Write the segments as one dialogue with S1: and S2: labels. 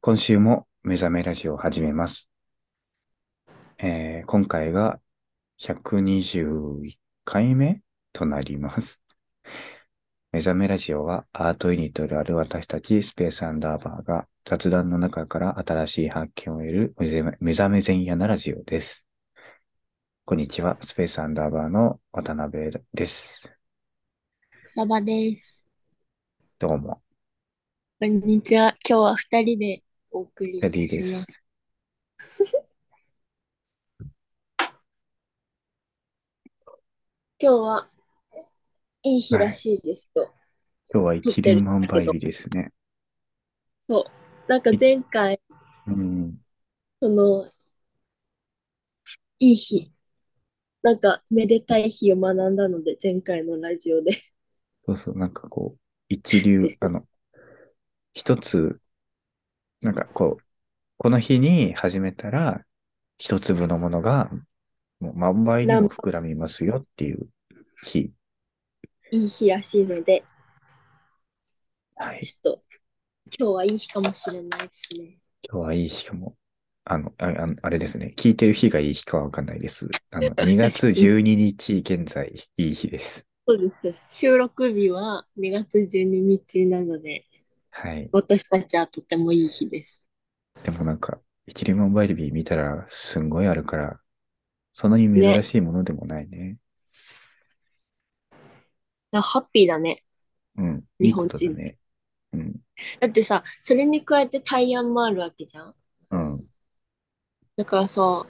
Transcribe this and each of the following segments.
S1: 今週も目覚めラジオを始めます。えー今回が121回目となります。目覚めラジオはアートユニットである私たちスペースアンダーバーが雑談の中から新しい発見を得る目覚め目覚め前夜なラジオです。こんにちは、スペースアンダーバーの渡辺です。
S2: 草場です。
S1: どうも、
S2: こんにちは。今日は二人でお送り
S1: テリー
S2: し
S1: で
S2: ますす。。 今日はいい日らしいですよ。
S1: 今日は一粒万倍日ですね。
S2: そう。なんか前回、
S1: うん、
S2: その、いい日。なんか、めでたい日を学んだので、前回のラジオで。
S1: そうそう、なんかこう、一流、あの、一つ、なんかこう、この日に始めたら、一粒のものが、もう万倍にも膨らみますよっていう日。
S2: いい日らしいので、
S1: はい。
S2: ちょっと、今日はいい日かもしれないですね。
S1: 今日はいい日かも。あの、ああのあれですね。聞いてる日がいい日かはわかんないです。あの、2月12日現在、いい日です。
S2: そうです。収録日は2月12日なので、
S1: はい。
S2: 私たちはとてもいい日です。
S1: でもなんか、一粒万倍日見たら、すんごいあるから、そんなに珍しいものでもないね
S2: ハッピーだね。
S1: うん。いい
S2: 日本
S1: こと
S2: 人
S1: だね。うん。
S2: だってさ、それに加えて対案もあるわけじゃん。
S1: うん。
S2: だからさ、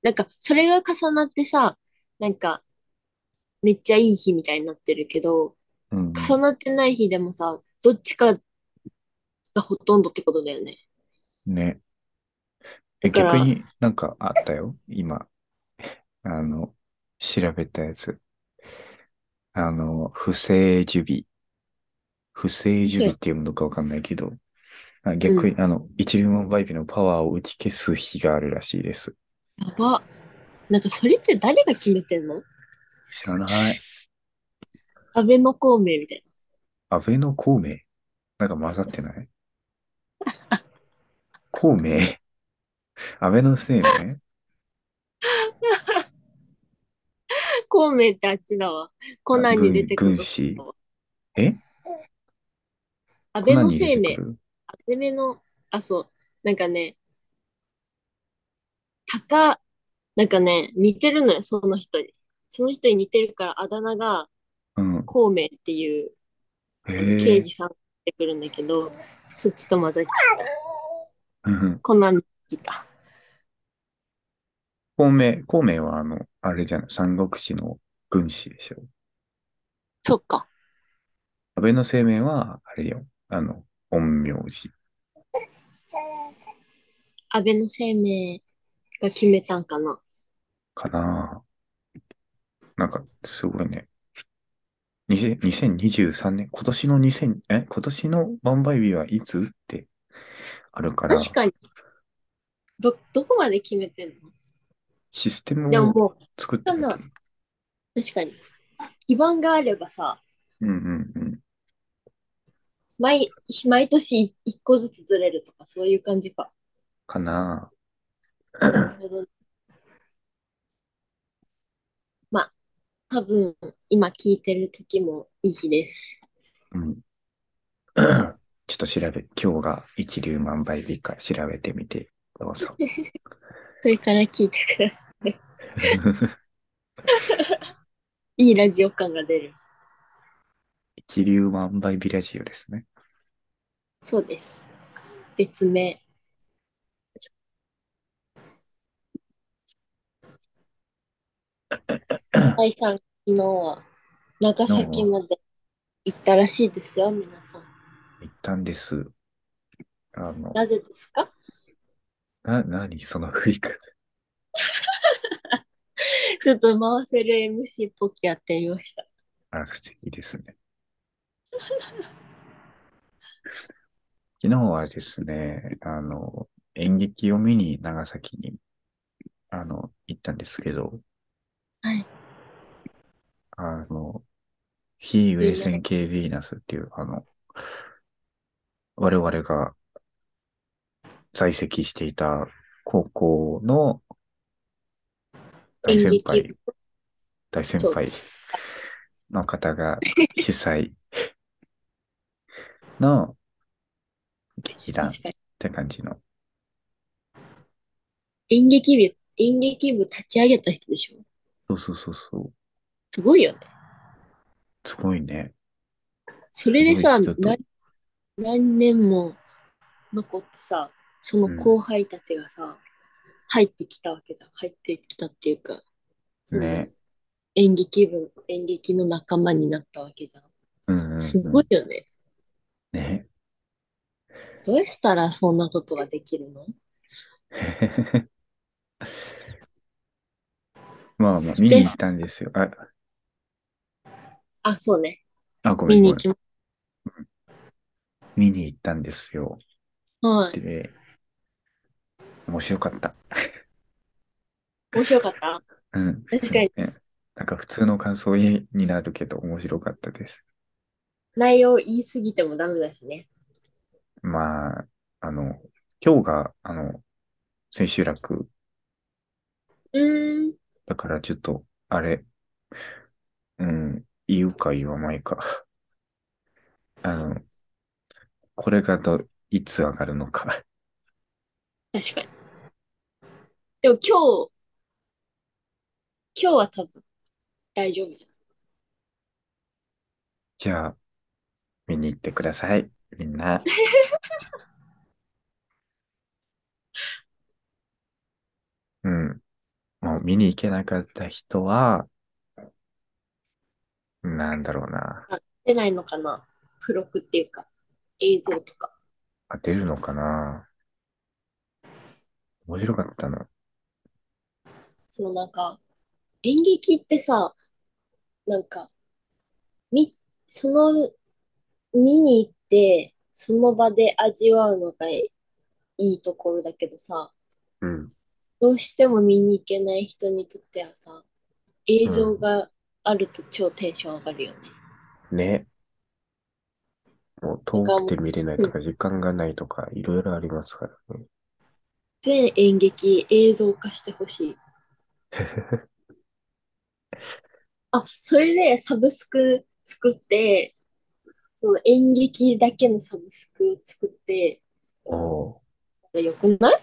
S2: なんかそれが重なってさ、なんかめっちゃいい日みたいになってるけど、
S1: うん。
S2: 重なってない日でもさ、どっちかがほとんどってことだよね。
S1: ね。え、
S2: だか
S1: 逆
S2: ら
S1: になんかあったよ。今、 あの、調べたやつ。あの、不正受備。不正受備っていうのかわかんないけど、あ逆に、あの、一粒万倍日のパワーを打ち消す日があるらしいです。
S2: やば。なんかそれって誰が決めてんの
S1: 知らない。
S2: 安倍の孔明みたい
S1: 安倍の孔明なんか混ざって ない孔明安倍の生命
S2: な。孔明ってあっちだわ。コナンに出てくる。
S1: 軍軍師え
S2: 安
S1: コ
S2: 倍
S1: ナン
S2: の
S1: に出
S2: 生
S1: て
S2: 命
S1: く。る
S2: アニメの、あ、そう、なんかね、たか、なんかね、似てるのよ、その人に。その人に似てるから、あだ名が、
S1: うん。
S2: 孔明っていう
S1: へ
S2: 刑
S1: え
S2: 事さんが出てくるんだけど、そっちと混ざっちゃった。
S1: うん。
S2: コナンに来た。
S1: 孔明、孔明はあの、あれじゃない、三国志の軍師でしょ。
S2: そっか。
S1: 安倍の生命は、あれよ、あの、陰陽師。
S2: 安倍の生命が決めたんかな。
S1: かなぁなんか、すごいね。2000 2023年、今年の2000、え、今年の万倍日はいつってあるから、
S2: 確かに。ど、どこまで決めてんの
S1: システ
S2: で
S1: ム
S2: も
S1: を
S2: もう、
S1: 作ってる
S2: そんな確かに。基盤があればさ、
S1: うんうんうん。
S2: 毎、毎年一個ずつずれるとか、そういう感じか。
S1: かな
S2: なるほどね。まあ、多分、今聞いてる時もいい日です。
S1: ぁうん。 ちょっと調べ、今日が一粒万倍日か調べてみてどうぞ。
S2: それから聞いてくださ い。いいラジオ感が出る。
S1: 一粒万倍日ラジオですね。
S2: そうです。別名。愛さん、昨日は長崎まで行ったらしいですよ、皆さん。
S1: 行ったんです。あの、
S2: なぜですか
S1: な、なにその振り方。
S2: ちょっと回せる MC っぽくやってみました。
S1: あ、素敵ですね。 昨日はですね、あの、演劇を見に長崎に、あの、行ったんですけど、
S2: はい。
S1: あの、非ウェルセン系ヴィーナスっていう、あの、我々が在籍していた高校の大
S2: 演
S1: 先
S2: 劇
S1: 輩、大先
S2: そう
S1: 輩の方が主催の劇団っ
S2: 確かに。
S1: て感じの。
S2: 演劇部、演劇部立ち上げた人でしょ
S1: そうそうそうそう。
S2: すごいよね。
S1: すごいね。
S2: それでさ
S1: すごい人、と
S2: 何何年も残ってさ、その後輩たちがさ、入ってきたわけじゃん。入ってきたっていうか、その
S1: ね。
S2: 演劇部、演劇の仲間になったわけじゃ
S1: うんうんうん
S2: ん。すごいよね。
S1: ね。
S2: どうしたらそんなことができるの
S1: まあまあ、
S2: ス
S1: 見
S2: ペース
S1: に行ったんですよ。あ、
S2: あ、そうね。
S1: あごめ
S2: 見
S1: んごめ
S2: に行
S1: ん。
S2: きま
S1: 見に行ったんですよ。
S2: す。はい。
S1: で、面白かった。
S2: 面白かった
S1: うん。
S2: 確かに
S1: 普通ねなんか普通の感想になるけど面白かったです。
S2: 内容言いすぎてもダメだしね。
S1: まあ、あの、今日が、あの、千秋楽
S2: うーん。
S1: だからちょっと、あれ、うん、言うか言わないか。 あの、これがど、いつ上がるのか。
S2: 確かに。でも今日、今日は多分大丈夫じゃん。
S1: じゃあ、見に行ってください。みんな。 うん。もう見に行けなかった人は、なんだろうな。
S2: 出ないのかな付録っていうか、映像とか。
S1: あ、出るのかな。面白かったの。
S2: そのなんか、演劇ってさ、なんか、み、その、見に行って、その場で味わうのがいいところだけどさ、
S1: うん。
S2: どうしても見に行けない人にとってはさ、映像があると超テンション上がるよね。
S1: ね。もう遠くて見れないとか、時間がないとか、いろいろありますからね。
S2: 全演劇映像化してほしい。あ、それでサブスク作って、その演劇だけのサブスク作って、
S1: おー
S2: よくない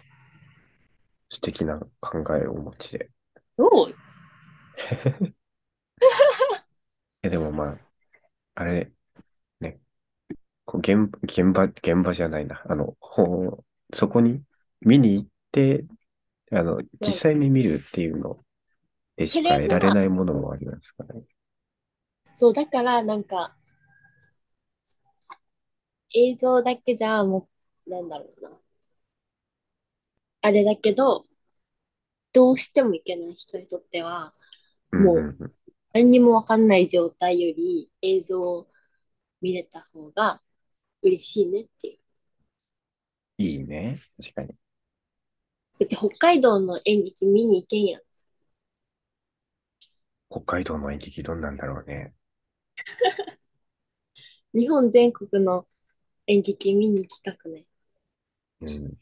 S1: 素敵な考えをお持ちで。
S2: どう
S1: え、でもまあ、あれ、ね、こう現、現場、現場じゃないな。あの、ほう、そこに見に行って、あの、実際に見るっていうのでしか
S2: それ
S1: 得
S2: は
S1: られないものもありますからね。
S2: そう、だからなんか、映像だけじゃもう、なんだろうな。あれだけど、どうしてもいけない人にとっては、もうん
S1: んん
S2: 何にもわかんない状態より映像を見れた方が嬉しいねっていう。
S1: いいね。確かに。
S2: だって北海道の演劇見に行けんやん。
S1: 北海道の演劇どんなんだろうね。
S2: 日本全国の演劇見に行きたくない。
S1: うん。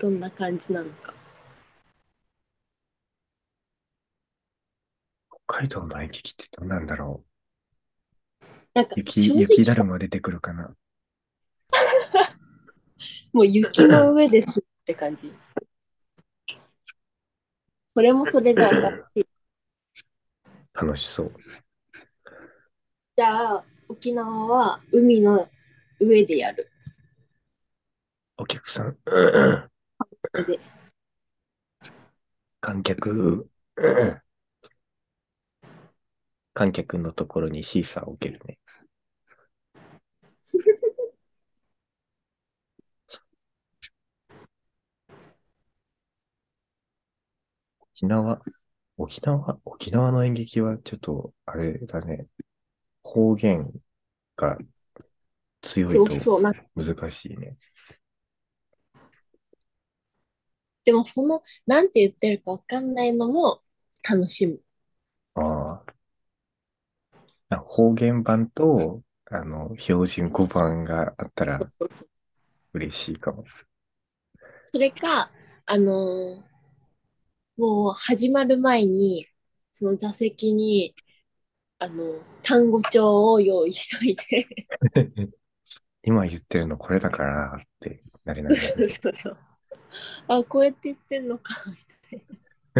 S2: どんな感じなのか。
S1: 北海道の演劇ってどんなんだろ
S2: なんか
S1: う。雪、
S2: 正
S1: 雪
S2: 直
S1: だる
S2: さ
S1: ま出てくるかな。
S2: もう雪の上ですって感じ。それもそれで新しい。
S1: 楽しそう。
S2: じゃあ沖縄は海の上でやる。
S1: お客さん、
S2: で
S1: 観客、観客のところにシーサーを置けるね。沖縄、沖縄、沖縄の演劇はちょっと、あれだね、方言が強い
S2: そ
S1: と
S2: うそう。なんか
S1: 難しいね。
S2: でもその、なんて言ってるかわかんないのも楽しむ。
S1: ああ。方言版と、あの、標準語版があったら
S2: そうそうそう。
S1: 嬉しいかも。
S2: それか、あのーもう始まる前に、その座席に、あの、単語帳を用意しといて、
S1: 今言ってるのこれだからってなりながら。
S2: そうそう。あ、こうやって言ってんのか、み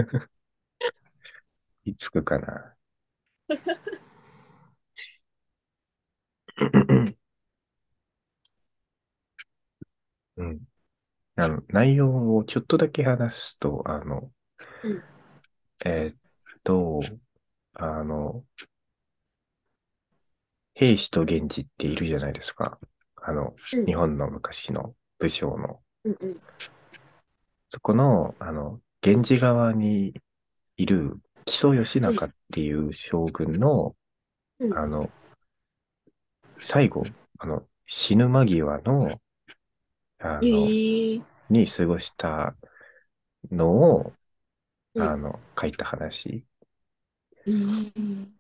S2: たいな。
S1: いつくかな。うん。あの、内容をちょっとだけ話すと、あの、
S2: うん
S1: えーっと、あの、兵士と源氏っているじゃないですか。あの、
S2: うん
S1: 日本の昔の武将の。
S2: うんうん。
S1: そこの、あの、源氏側にいる木曽義仲っていう将軍の、
S2: うん
S1: あの、最後、あの、死ぬ間際の、あの、
S2: えー
S1: に過ごしたのを、
S2: うん
S1: あの、書いた話。
S2: うん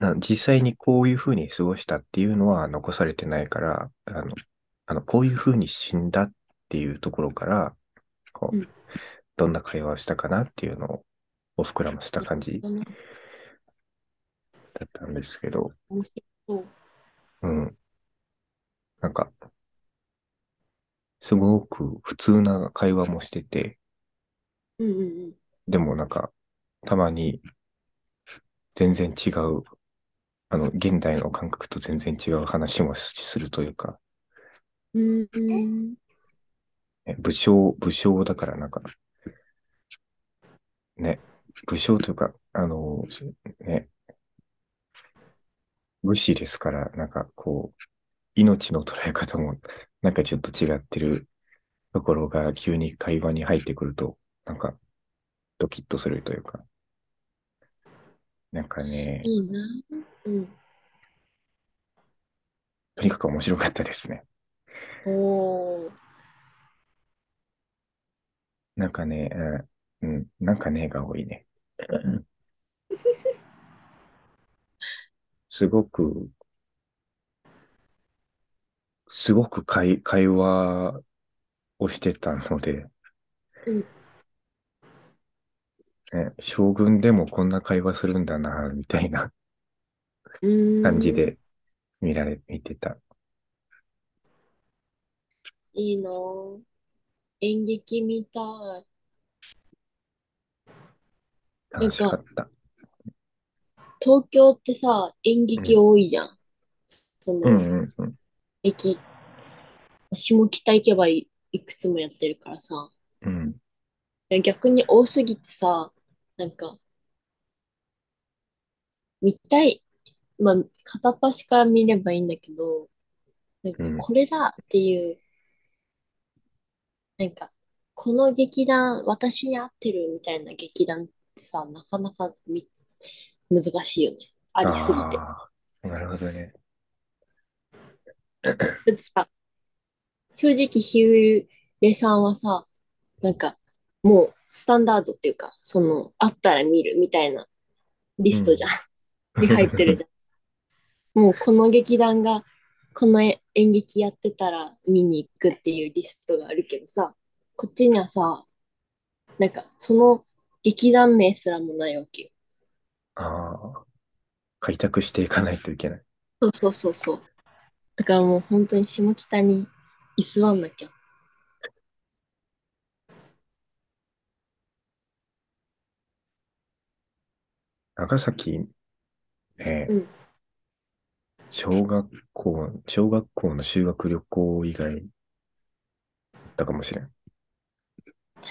S1: な実際にこういうふうに過ごしたっていうのは残されてないから、あの、あのこういうふうに死んだっていうところから、こう、
S2: うん
S1: どんな会話をしたかなっていうのを、を膨らませた感じ
S2: あの
S1: だったんですけど、
S2: 面白そう。
S1: うん。なんか、すごく普通な会話もしてて、
S2: うんうんうん。
S1: でもなんか、たまに、全然違う、あの、現代の感覚と全然違う話もしするというか、
S2: うんうん。
S1: ね武将、武将だからなんか、ね、武将というか、あの、ね、武士ですから、なんかこう、命の捉え方も、なんかちょっと違ってるところが急に会話に入ってくると、なんか、ドキッとするというか、なんかね、
S2: いいな。うん。
S1: とにかく面白かったですね。
S2: おー。
S1: なんかね、うん、うんなんかねが多い ね。すごく、すごく会会話をしてたので、
S2: うん
S1: ね、将軍でもこんな会話するんだな、みたいな
S2: うん。
S1: 感じ。で見られ、見てた。
S2: いいな。演劇みたい。んか
S1: 楽しかった。
S2: 東京ってさ、演劇多いじゃん。その、
S1: うんうんうん。
S2: 駅、下北行けばいいくつもやってるからさ。
S1: うん。
S2: 逆に多すぎてさ、なんか、見たい、まあ、片っ端から見ればいいんだけど、なん
S1: う
S2: か
S1: ん
S2: これだっていう、なんか、この劇団、私に合ってるみたいな劇団ってさ、なかなか見難しいよね。ありすぎて。
S1: あーなるほどね。
S2: だってさ、正直ひゆれさんはさ、なんか、もうスタンダードっていうか、その、あったら見るみたいなリストじゃん。に入ってるじゃん。もうこの劇団が、この演劇やってたら見に行くっていうリストがあるけどさ、こっちにはさ、なんか、その劇団名すらもないわけよ。
S1: ああ、開拓していかないといけない。
S2: そうそうそうそう。だからもう本当に下北に居座んなきゃ。
S1: 長崎、ね、
S2: うん
S1: 小学校、小学校の修学旅行以外、だったかもしれん。
S2: 確かに。う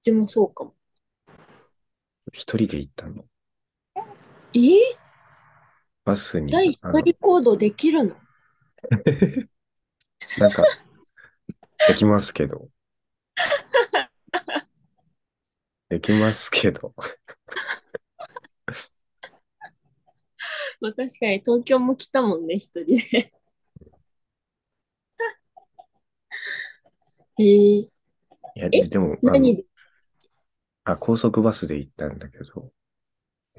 S2: ちもそうかも。
S1: 一人で行ったの。
S2: えー、
S1: バスに、
S2: 第一
S1: あの
S2: 人行動できるの
S1: なんか、 できますけ ど。できますけど。
S2: まあ確かに東京も来たもんね、一人で。 えー、
S1: いや、
S2: え
S1: でも、あの
S2: 何で
S1: あ、高速バスで行ったんだけど、
S2: すご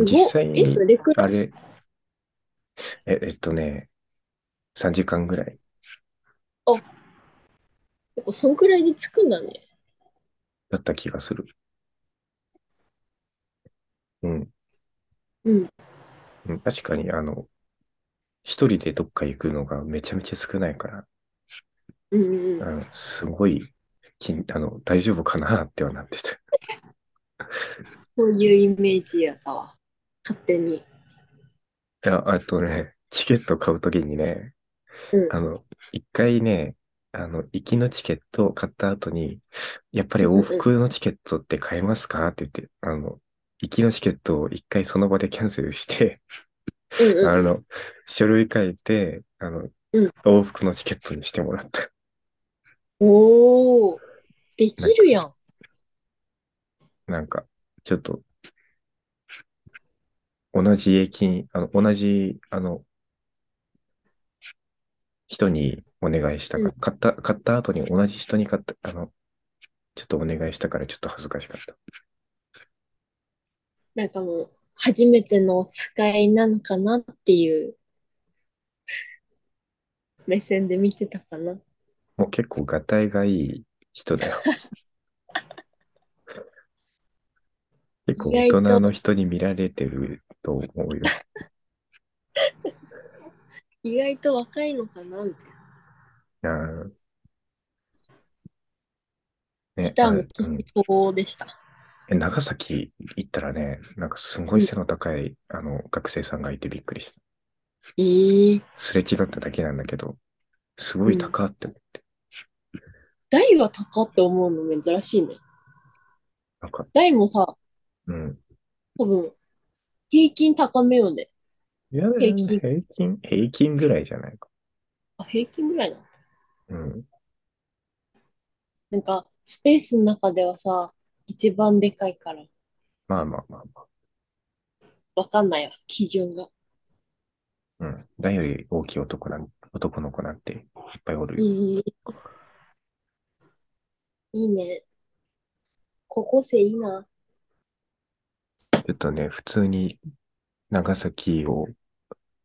S1: 実際に
S2: え、どれくら
S1: あ
S2: い
S1: れ、え、えっとね、3時間ぐらい。
S2: 結構そんくらいでつくんだね。
S1: だった気がする。うん。
S2: うん。
S1: うん確かに、あの、一人でどっか行くのがめちゃめちゃ少ないから、
S2: うんうん
S1: あ
S2: うん。
S1: のすごい、きんあの、大丈夫かなってはなってた。
S2: そういうイメージやったわ。勝手に。
S1: いや、あとね、チケット買うときにね、
S2: う ん
S1: あの、一回ね、あの、行きのチケットを買った後に、やっぱり往復のチケットって買えますかって言って、あの、行きのチケットを一回その場でキャンセルして、
S2: うんうん。
S1: あの、書類書いて、あの、
S2: うん
S1: 往復のチケットにしてもらった。
S2: おー、できるやん。
S1: なんか、ちょっと、同じ駅に、あの、同じ、あの、人にお願いしたか
S2: う
S1: ら、買った、買った後に同じ人に買った、あの、ちょっとお願いしたからちょっと恥ずかしかった。
S2: なんかもう、初めてのお使いなのかなっていう目線で見てたかな。
S1: もう結構ガタイがいい人だよ。結構大人の人に見られてると思うよ。
S2: 意外と若いのかなみたい
S1: あー
S2: な。
S1: ね
S2: したら
S1: あ
S2: もう
S1: う
S2: 年
S1: ん
S2: 相応でした。
S1: え長崎行ったらね、なんかすごい背の高い、あの学生さんがいてびっくりした。
S2: えー、
S1: すれ違っただけなんだけど、すごい高って、
S2: 台は高って思うの珍しいね。
S1: なんか、
S2: 台もさ、
S1: うん。
S2: 多分、平均高めよね。
S1: いや
S2: 平均
S1: 平均、平均ぐらいじゃないか。
S2: あ、平均ぐらいな
S1: う
S2: の。
S1: ん。
S2: なんか、スペースの中ではさ、一番でかいから、
S1: まあまあまあまあ。
S2: わかんないわ、基準が。
S1: うん。だより大きい男なん、男の子なんていっぱいおるよ。
S2: いい。いいね。高校生いいな。
S1: ちょっとね、普通に長崎を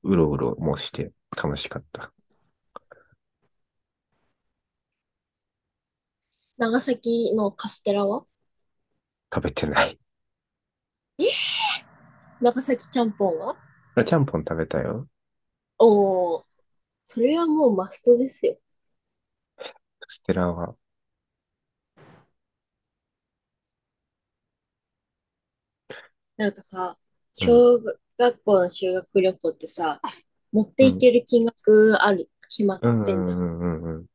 S1: うろうろもして楽しかった。
S2: 長崎のカステラは
S1: 食べてない。
S2: 長崎ちゃんぽんは
S1: あちゃんぽん食べたよ。
S2: おお、それはもうマストですよ。
S1: ステラは。
S2: なんかさ、小学校の修学旅行ってさ、持っていける金額ある、決ま
S1: うん
S2: っ
S1: う
S2: てん
S1: ん
S2: じ
S1: う
S2: ゃん。
S1: んうんうん。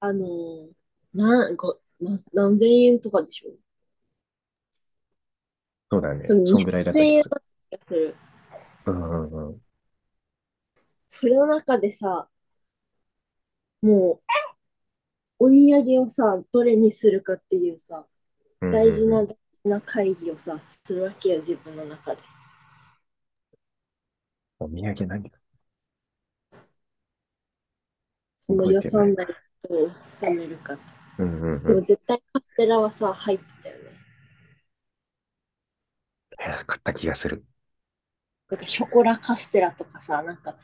S2: あのー、なん、ご、な何千円とかでしょ
S1: そうだね。
S2: でも
S1: そんぐらいだった
S2: ?2000
S1: 気
S2: 円
S1: が
S2: だ
S1: す
S2: った気がする。
S1: る。うんうんうん。
S2: それの中でさ、もう、お土産をさ、どれにするかっていうさ、
S1: うんうんうん
S2: 大事な大事な会議をさ、するわけよ、自分の中で。
S1: お土産何
S2: その予算内を収めるかって。
S1: うんうん
S2: で
S1: う
S2: も
S1: ん。
S2: 絶対カステラはさ、入ってたよね。
S1: 買った気がする。
S2: なんかショコラカステラとかさ、なんか、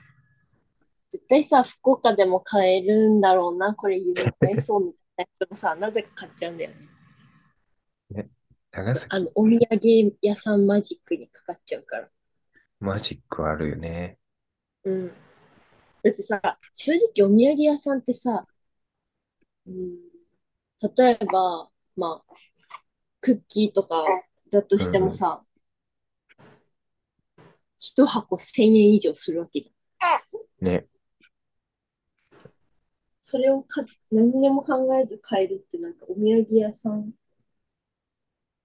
S2: 絶対さ、福岡でも買えるんだろうな、これ有名そうみたいなやつもさ、なぜか買っちゃうんだよ ね。
S1: 長
S2: あ
S1: 崎
S2: の、お土産屋さんマジックにかかっちゃうから。
S1: マジックあるよね。
S2: うん。だってさ、正直お土産屋さんってさ、うん、例えば、まあ、クッキーとかだとしてもさ、一箱1000円以上するわけじゃん。
S1: ね。
S2: それをか何にも考えず買えるって、なんかお土産屋さん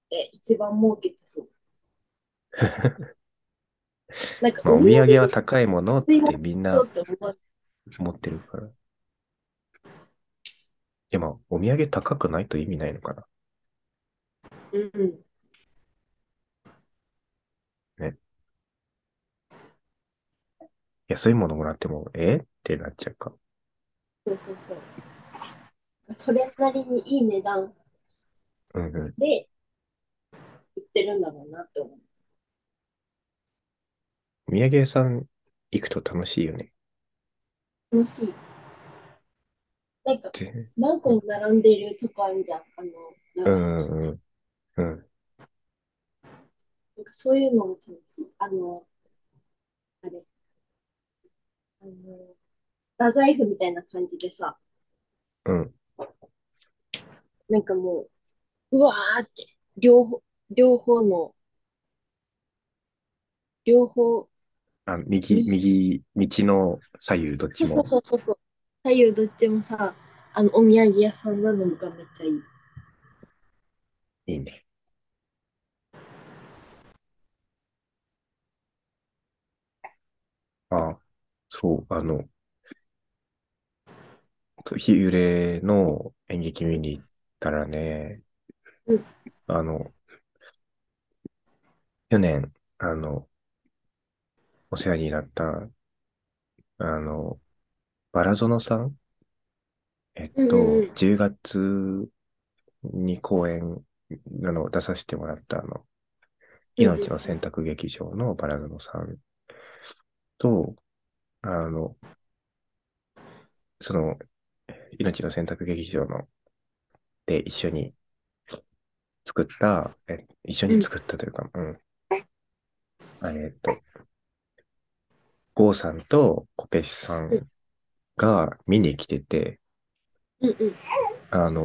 S2: で一番儲けて そう。なんか
S1: まあ、お土産は高いものってみん
S2: そ
S1: な
S2: うって思わない
S1: 持ってるから。でも、お土産高くないと意味ないのかな。
S2: うん。
S1: 安いものもらっても、えってなっちゃうか。
S2: そうそうそう。それなりにいい値段
S1: うんうん。
S2: で売ってるんだろうなって思う。
S1: お土産屋さん行くと楽しいよね。
S2: 楽しい。なんか、
S1: で、
S2: 何個も並んでるとこあるじゃん。あの、
S1: う
S2: なんか
S1: ん、うん、うん。
S2: なんかそういうのも楽しい。あの、あれ、あの、太宰府みたいな感じでさ、
S1: うん
S2: なんかもう、うわーって、両方、両方の、両方、
S1: あ、右、
S2: 右、
S1: 右、道の左右どっち
S2: そ
S1: も。
S2: うそうそうそうそう、左右どっちもさ、あの、お土産屋さんなのがめっちゃいい。
S1: いいね。あ、そう、あの、と日暮れの演劇見に行ったらね、
S2: うん、
S1: あの、去年、あの、お世話になった、あの、バラ園さん、えっ
S2: うんうんう
S1: と、
S2: ん。
S1: 10月に公演、あの、出させてもらったあの、
S2: うん
S1: 命
S2: う
S1: の
S2: ん
S1: 選択劇場のバラ園さんと、あの、その、命の選択劇場の、で一緒に作った、え、一緒
S2: う
S1: に
S2: ん。
S1: 作ったというか、うん、あえっと、郷さんとこけしさ
S2: うん
S1: んが見に来てて、
S2: うんうん。
S1: あの、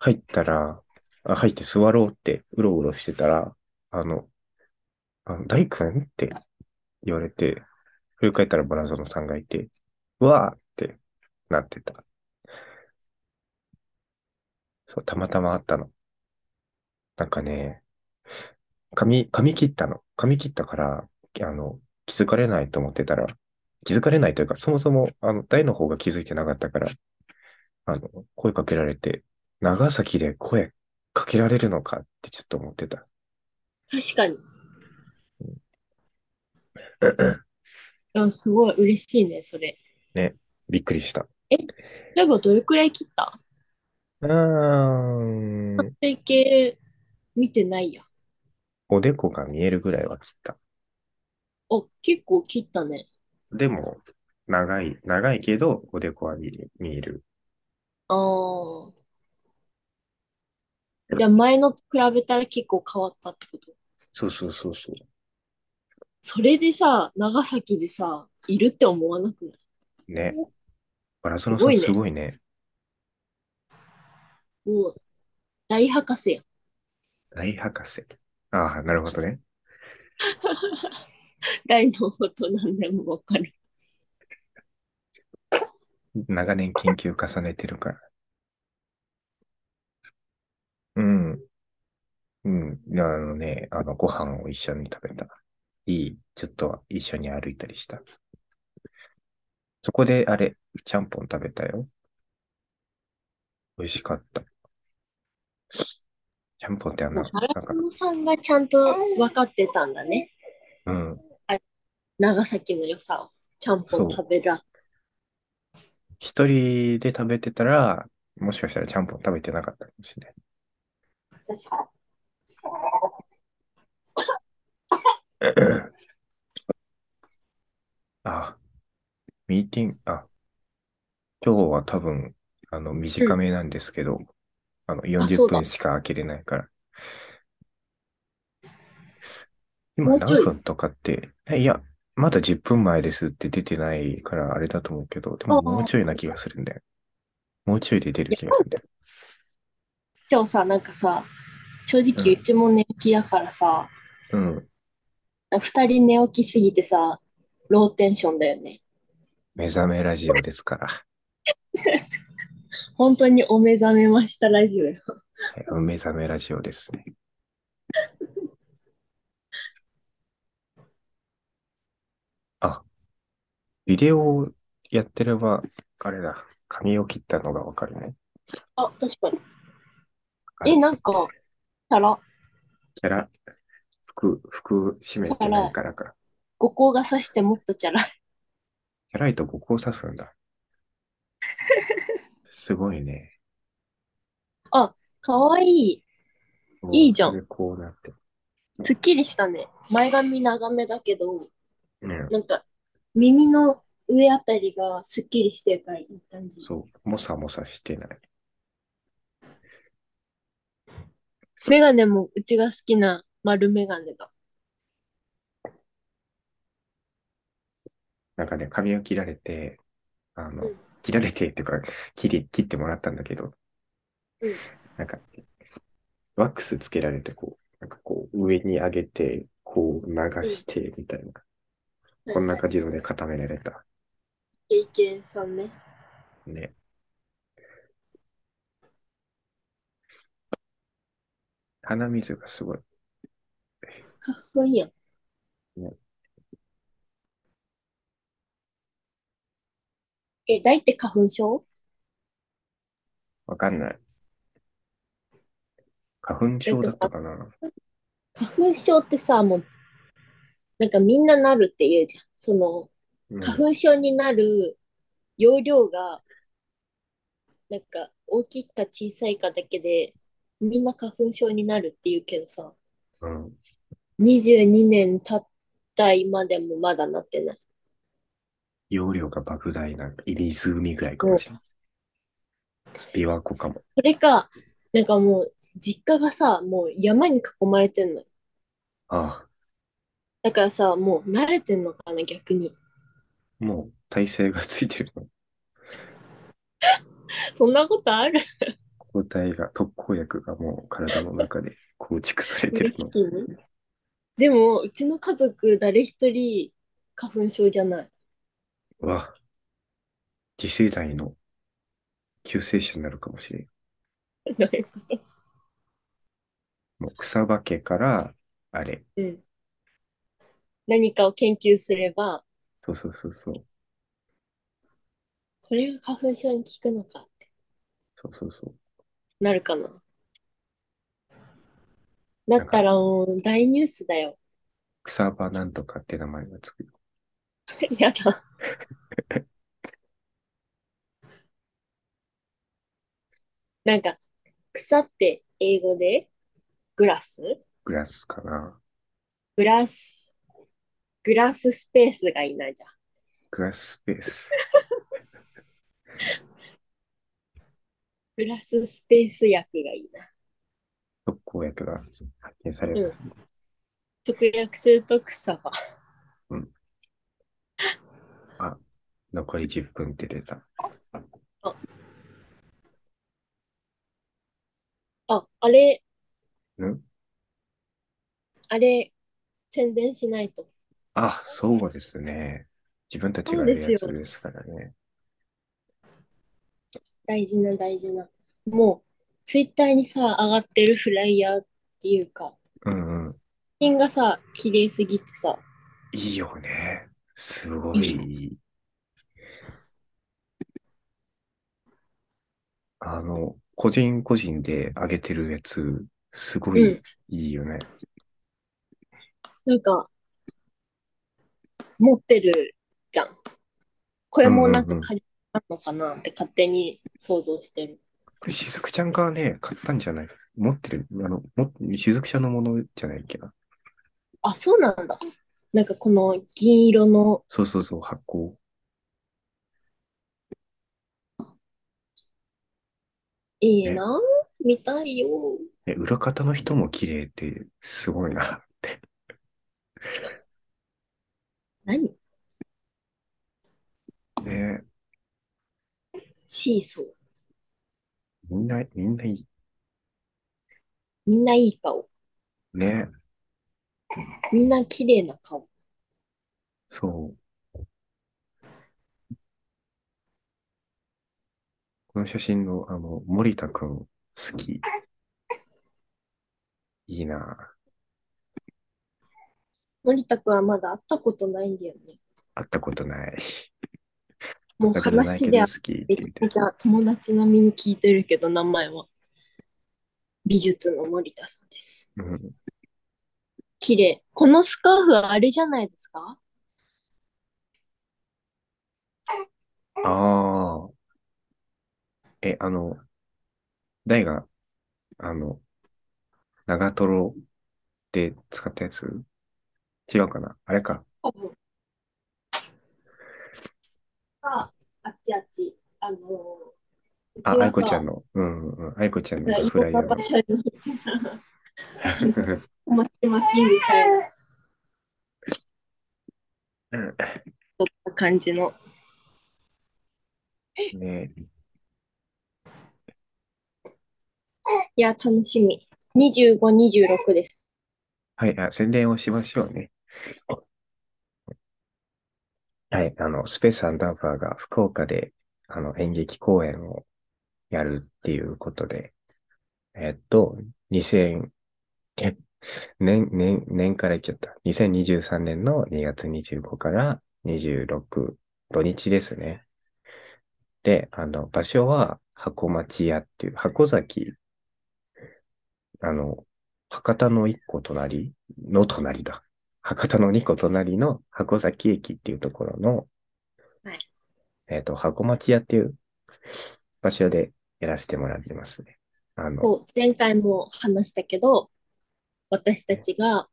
S1: 入ったら、あ、入って座ろうって、うろうろしてたら、あの、あの大君って言われて、振り返ったらバラ園さんがいて、うわーってなってた。そう、たまたまあったの。なんかね、髪、髪切ったの。髪切ったから、あの、気づかれないと思ってたら、気づかれないというか、そもそも、あの、大の方が気づいてなかったから、あの、声かけられて、長崎で声かけられるのかってちょっと思ってた。
S2: 確かに。あ、すごい嬉しいね、それ。
S1: ね、びっくりした。
S2: え、例えばどれくらい切った
S1: うーん、
S2: 整形見てないや。
S1: おでこが見えるぐらいは切った。
S2: あ、結構切ったね。
S1: でも、長い、長いけど、おでこは見える。見える
S2: ああ。じゃあ前のと比べたら結構変わったってこと
S1: そうそうそうそう。
S2: それでさ、長崎でさ、いるって思わなくな
S1: ね、
S2: い
S1: バラ
S2: す
S1: 園さ
S2: ご
S1: ん
S2: い
S1: す
S2: ね。
S1: ごいね。
S2: もう大博士やん。
S1: 大博士。ああ、なるほどね。
S2: 大のこと何でもわかる。
S1: 長年研究重ねてるから。うん、うん。あのね、あの、ご飯を一緒に食べた。いい。ちょっと一緒に歩いたりした。そこで、あれ、ちゃんぽん食べたよ。美味しかった。ちゃんぽんってあ
S2: もう
S1: の、
S2: 原
S1: なんか、
S2: 園さんがちゃんと分かってたんだね。
S1: うん、
S2: あれ、長崎の良さを。ちゃんぽん
S1: そう。
S2: 食べら。
S1: 一人で食べてたら、もしかしたらちゃんぽん食べてなかったかもしれない。
S2: 確か
S1: あ、ミーティング、あ、今日は多分、あの、
S2: に。う
S1: 短
S2: ん。
S1: めなんですけど、あの、
S2: あ、
S1: 40
S2: そう
S1: 分
S2: だ。
S1: しか開けれないから。今
S2: もうち
S1: 何
S2: ょい。
S1: 分とかって、えいや、まだ10分前ですって出てないからあれだと思うけど、で
S2: あ
S1: ももう
S2: あ。
S1: ちょいな気がするんだよ。もうちょいで出る
S2: いや、
S1: 気がするんだよ。
S2: 今日さ、なんかさ、正
S1: う、
S2: 直うんちも寝起きだからさ、
S1: うん。
S2: 二人寝起きすぎてさ、ローテンションだよね。
S1: 目覚めラジオですから。
S2: 本当にお目覚めましたラジオよ。
S1: はい、目覚めラジオですね。あ、ビデオをやってれば、あれだ。髪を切ったのがわかるね。
S2: あ、確かに。
S1: あ
S2: え、
S1: の、
S2: なんか、チャラ、
S1: キャラ、服、服締
S2: チ
S1: めて
S2: ャ
S1: ない
S2: ラ、
S1: からか。
S2: 五行が指してもっとチャラ。
S1: キャライとここを刺すんだ。すごいね。
S2: あ、かわいい。
S1: お
S2: いい
S1: ー
S2: じゃ
S1: それ
S2: ん。
S1: でこうなって。
S2: すっきりしたね。前髪長めだけど、
S1: うん。
S2: なんか、耳の上あたりがすっきりしてるからいい感じ。
S1: そう、もさもさしてない。
S2: メガネもうちが好きな丸メガネだ。
S1: なんかね、髪を切られて、あの
S2: うん、
S1: 切られてっていうか、切り、切ってもらったんだけど、
S2: うん
S1: なんか、ワックスつけられて、こう、なんかこう、上に上げて、こう流して、みたいな。こんな感じのね、固められた。
S2: じ。経験さんね。
S1: ね。鼻水がすごい。
S2: かっこいいやん。
S1: ね
S2: え、大って花粉症
S1: わかんない。花粉症だったかな。
S2: 花粉症ってさ、もう、なんかみんななるって言うじゃん。その、
S1: うん
S2: 花粉症になる容量が、なんか大きいか小さいかだけで、みんな花粉症になるって言うけどさ、
S1: うん。
S2: 22年経った今でもまだなってない。
S1: 容量が莫大な、湖ぐらいかもしれない。琵琶湖かも。
S2: それか、なんかもう、実家がさ、もう山に囲まれてんのよ。
S1: あ
S2: だからさ、もう慣れてんのかな、逆に。
S1: あ、もう体勢がついてるの。
S2: そんなことある
S1: 抗体が、特効薬がもう体の中で 構築されてるの。
S2: でも、うちの家族、誰一人花粉症じゃ ない。
S1: うわ、次世代の救世主になるかもしれん。
S2: どういうこ
S1: もう草化けから、あれ、
S2: とうん。何かを研究すれば、
S1: そうそうそうそう、
S2: これが花粉症に効くのかって
S1: そうそうそう。
S2: なるかな。なったらもう大ニュースだよ。
S1: 草場なんとかって名前がつくよ。
S2: やだ。なんか、草って英語でグラス
S1: グラスかな。
S2: グラス、グラススペースがいいなじゃん。
S1: グラススペース。
S2: グラススペース薬がいいな。
S1: 特効薬が発見されます。
S2: 直訳すると草は。
S1: あ、残り10分って出た。
S2: あ、あれ、
S1: うん
S2: あれ、宣伝しないと。
S1: あ、そうですね。自分たちがやるやつですからね。
S2: 大事な大事な。もう、ツイッターにさ、上がってるフライヤーっていうか、
S1: うんうん。
S2: 写真がさ、綺麗すぎてさ、
S1: いいよね。すごい。あの、個人個人で上げてるやつ、すご
S2: う
S1: い
S2: ん、
S1: いいよね。
S2: なんか、持ってるじゃん。これもなん
S1: うんうんう
S2: か
S1: ん
S2: 借りたのかなって勝手に想像してる。
S1: これ、しずくちゃんがね、買ったんじゃない持ってる、あの、もしずくちゃんのものじゃないっけな。
S2: あ、そうなんだ。なんかこの銀色の、
S1: そうそうそう、発行。
S2: いいな、見たいよ。
S1: ね、裏方の人も綺麗って、すごいなって。
S2: 何
S1: ね、
S2: シーソー。
S1: みんな、みんないい。
S2: みんないい顔。
S1: ね、
S2: みんな綺麗な顔。
S1: そう。この写真の、あの、森田くん、好き。いいな
S2: 森田くんはまだ会ったことないんだよね。
S1: 会ったことない。
S2: もう
S1: 会ったことない
S2: 話
S1: け
S2: で
S1: ど
S2: は
S1: 好きって言
S2: め
S1: っ
S2: ちゃ
S1: て
S2: めちゃ友達並みに聞いてるけど、名前は。美術の森田さんです。
S1: うん。
S2: 綺麗。このスカーフはあれじゃないですか
S1: ああ。え、あの、大が、あの、長瀞で使ったやつ違うかなあれか。
S2: 多分。か、あっちあっち、あのー、
S1: あ、
S2: うちはさ
S1: 愛子ちゃんの。うんうんうん。愛子ちゃん
S2: なん
S1: の
S2: か
S1: フライ
S2: いろ
S1: ヤ
S2: んな場所に行ってさ、
S1: ー。
S2: おまけ巻きみたいな、 そんな感じの。
S1: ね
S2: いや、楽しみ。25、26です。
S1: はい、あ、宣伝をしましょうね。はい、あの、スペースアンダーバーが福岡で、あの、演劇公演をやるっていうことで、えっと、2000、え年、年、年からいっちゃった。2023年の2月25から26、土日ですね。で、あの、場所は箱町屋っていう、箱崎、あの、博多の一個隣の隣だ。博多の二個隣の箱崎駅っていうところの、
S2: はい
S1: えっ、と、箱町屋っていう場所でやらせてもらってますね。あの、
S2: そう、前回も話したけど、私たちが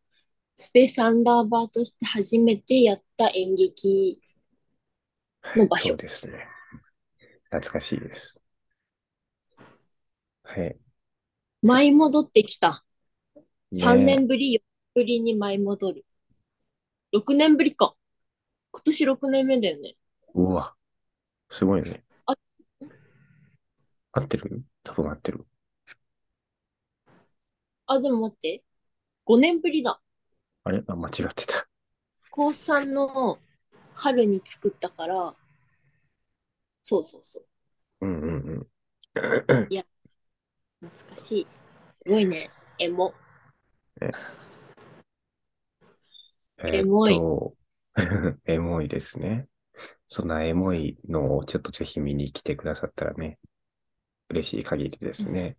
S2: スペースアンダーバーとして初めてやった演劇の場
S1: そう
S2: 所。
S1: ですね。懐かしいです。はい。
S2: 舞い戻ってきた。
S1: ね
S2: 3年ぶり、4年ぶりに舞い戻る。6年ぶりか。今年6年目だよね。
S1: うわ。すごいね。
S2: あ
S1: 合ってる多分合ってる。
S2: あ、でも待って。5年ぶりだ。
S1: あれあ、間違ってた。
S2: 高3の春に作ったから、そうそうそう。
S1: うんうん
S2: 懐かしい。すごいね。エモ。
S1: うん。えーっ
S2: エモい
S1: と、 エモいですね。そんなエモいのをちょっとぜひ見に来てくださったらね、嬉しい限りですね。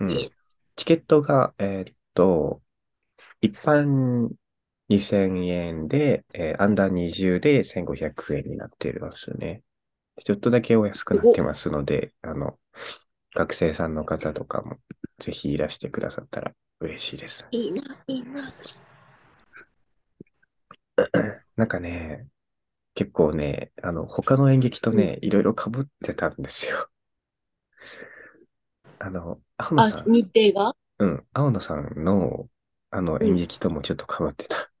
S1: うん
S2: いい
S1: チケットが、えーっと、一般2000円で、えーアンダー20で1500円になっていますね。ちょっとだけお安くなってますので、あの、学生さんの方とかもぜひいらしてくださったら嬉しいです。
S2: いいな、いいな。
S1: なんかね、結構ね、あの、他の演劇とね、いろいろ被ってたんですよ。あの、青野
S2: あ
S1: さ、ん、
S2: 日程が
S1: うん、青野さんの、あの、
S2: ん
S1: 演劇ともちょっと被ってた。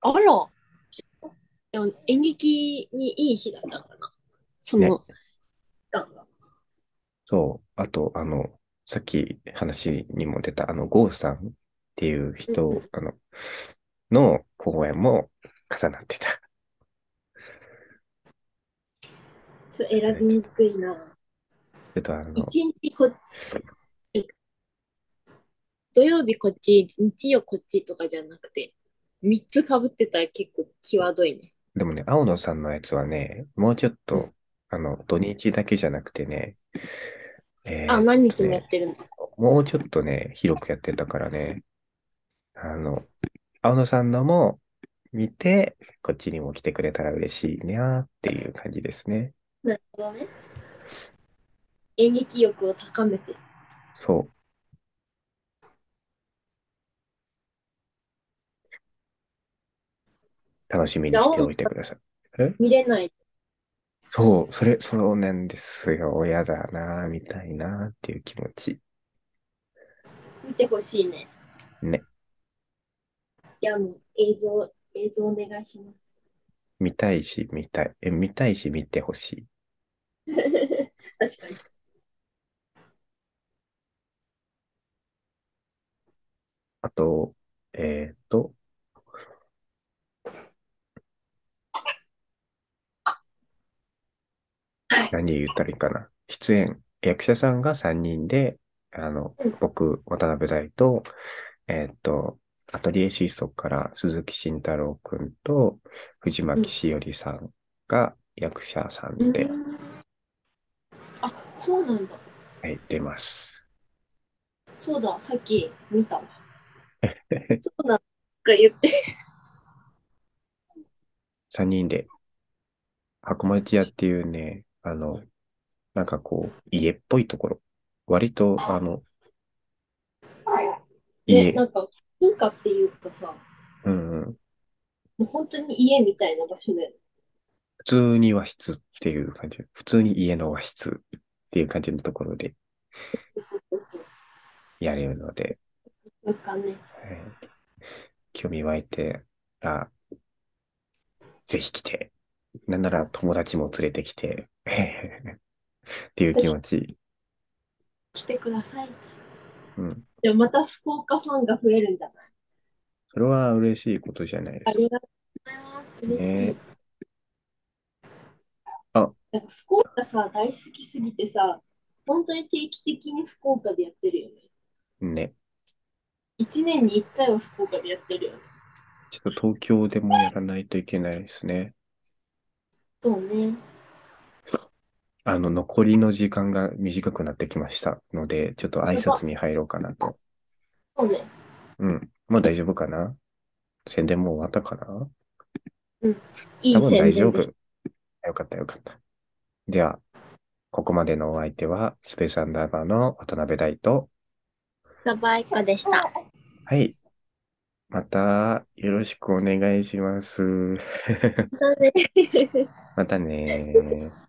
S2: あら。でも演劇にいい日だったのかな。その、期間が
S1: そう。あと、あの、さっき話にも出た、あの、ゴーさんっていう人、
S2: うん
S1: あの、の公演も重なってた。
S2: そう選びにくいな。
S1: えっと、あの、
S2: 一日こ土曜日こっち、日曜こっちとかじゃなくて、3つかぶってたら結構際どいね。
S1: でもね、青野さんのやつはね、もうちょっ
S2: う
S1: と、あの、土日だけじゃなくてね、えー
S2: あ、何日もやってるんだ。
S1: もうちょっとね、広くやってたからね、あの、青野さんのも見て、こっちにも来てくれたら嬉しいなっていう感じですね。
S2: なるほどね。演劇力を高めて。
S1: そう。楽しみにしておいてください。
S2: 見れない。
S1: そう、それ、そうなんですよ。親だな、みたいな、っていう気持ち。
S2: 見てほしいね。
S1: ね。
S2: いや、もう映像、映像お願いします。
S1: 見たいし、見たい。え、見たいし、見てほしい。
S2: 確かに。
S1: あと、えっと、何言ったらいいかな。出演、役者さんが3人で、あの
S2: うん、
S1: 僕、渡辺大と、えっと、アトリエシーソから鈴木慎太郎くんと藤巻しおりさんが役者さんで、
S2: うんあ、そうなんだ。
S1: はい、出ます。
S2: そうだ、さっき見たわ。そうなんだ。とか 言って。
S1: 3人で、箱町屋っていうね、あの、なんかこう、家っぽいところ。割と、あの、
S2: ね、
S1: 家、
S2: なんか、文化っていうかさ、
S1: うんうん、
S2: もう本当に家みたいな場所で。
S1: 普通に和室っていう感じ。普通に家の和室っていう感じのところで
S2: そうそう。
S1: やれるので、
S2: なんかね、
S1: はい興味湧いてら、ぜひ来て。なんなら友達も連れてきて、 っていう気持ち。
S2: 来てください。
S1: うん。
S2: でもまた福岡ファンが増えるんじゃない
S1: それは嬉しいことじゃないで
S2: あ
S1: すか。
S2: りがとうございます。嬉しい。
S1: ねあ
S2: なんか福岡さ、大好きすぎてさ、本当に定期的に福岡でやってるよね。
S1: ね。
S2: 1年に1回は福岡でやってるよね。
S1: ちょっと東京でもやらないといけないですね。
S2: そうね。
S1: あの、残りの時間が短くなってきましたので、ちょっと挨拶に入ろうかなと。
S2: そうね。
S1: うん。もう大丈夫かな宣伝もう終わったかない多
S2: い
S1: 分
S2: 宣
S1: 大丈
S2: 伝
S1: 夫
S2: でし。
S1: よかったよかった。では、ここまでのお相手は、スペースアンダーバーの渡辺大と、
S2: た。バイコでした。
S1: はい。また、よろしくお願いします。
S2: またね。
S1: またねー。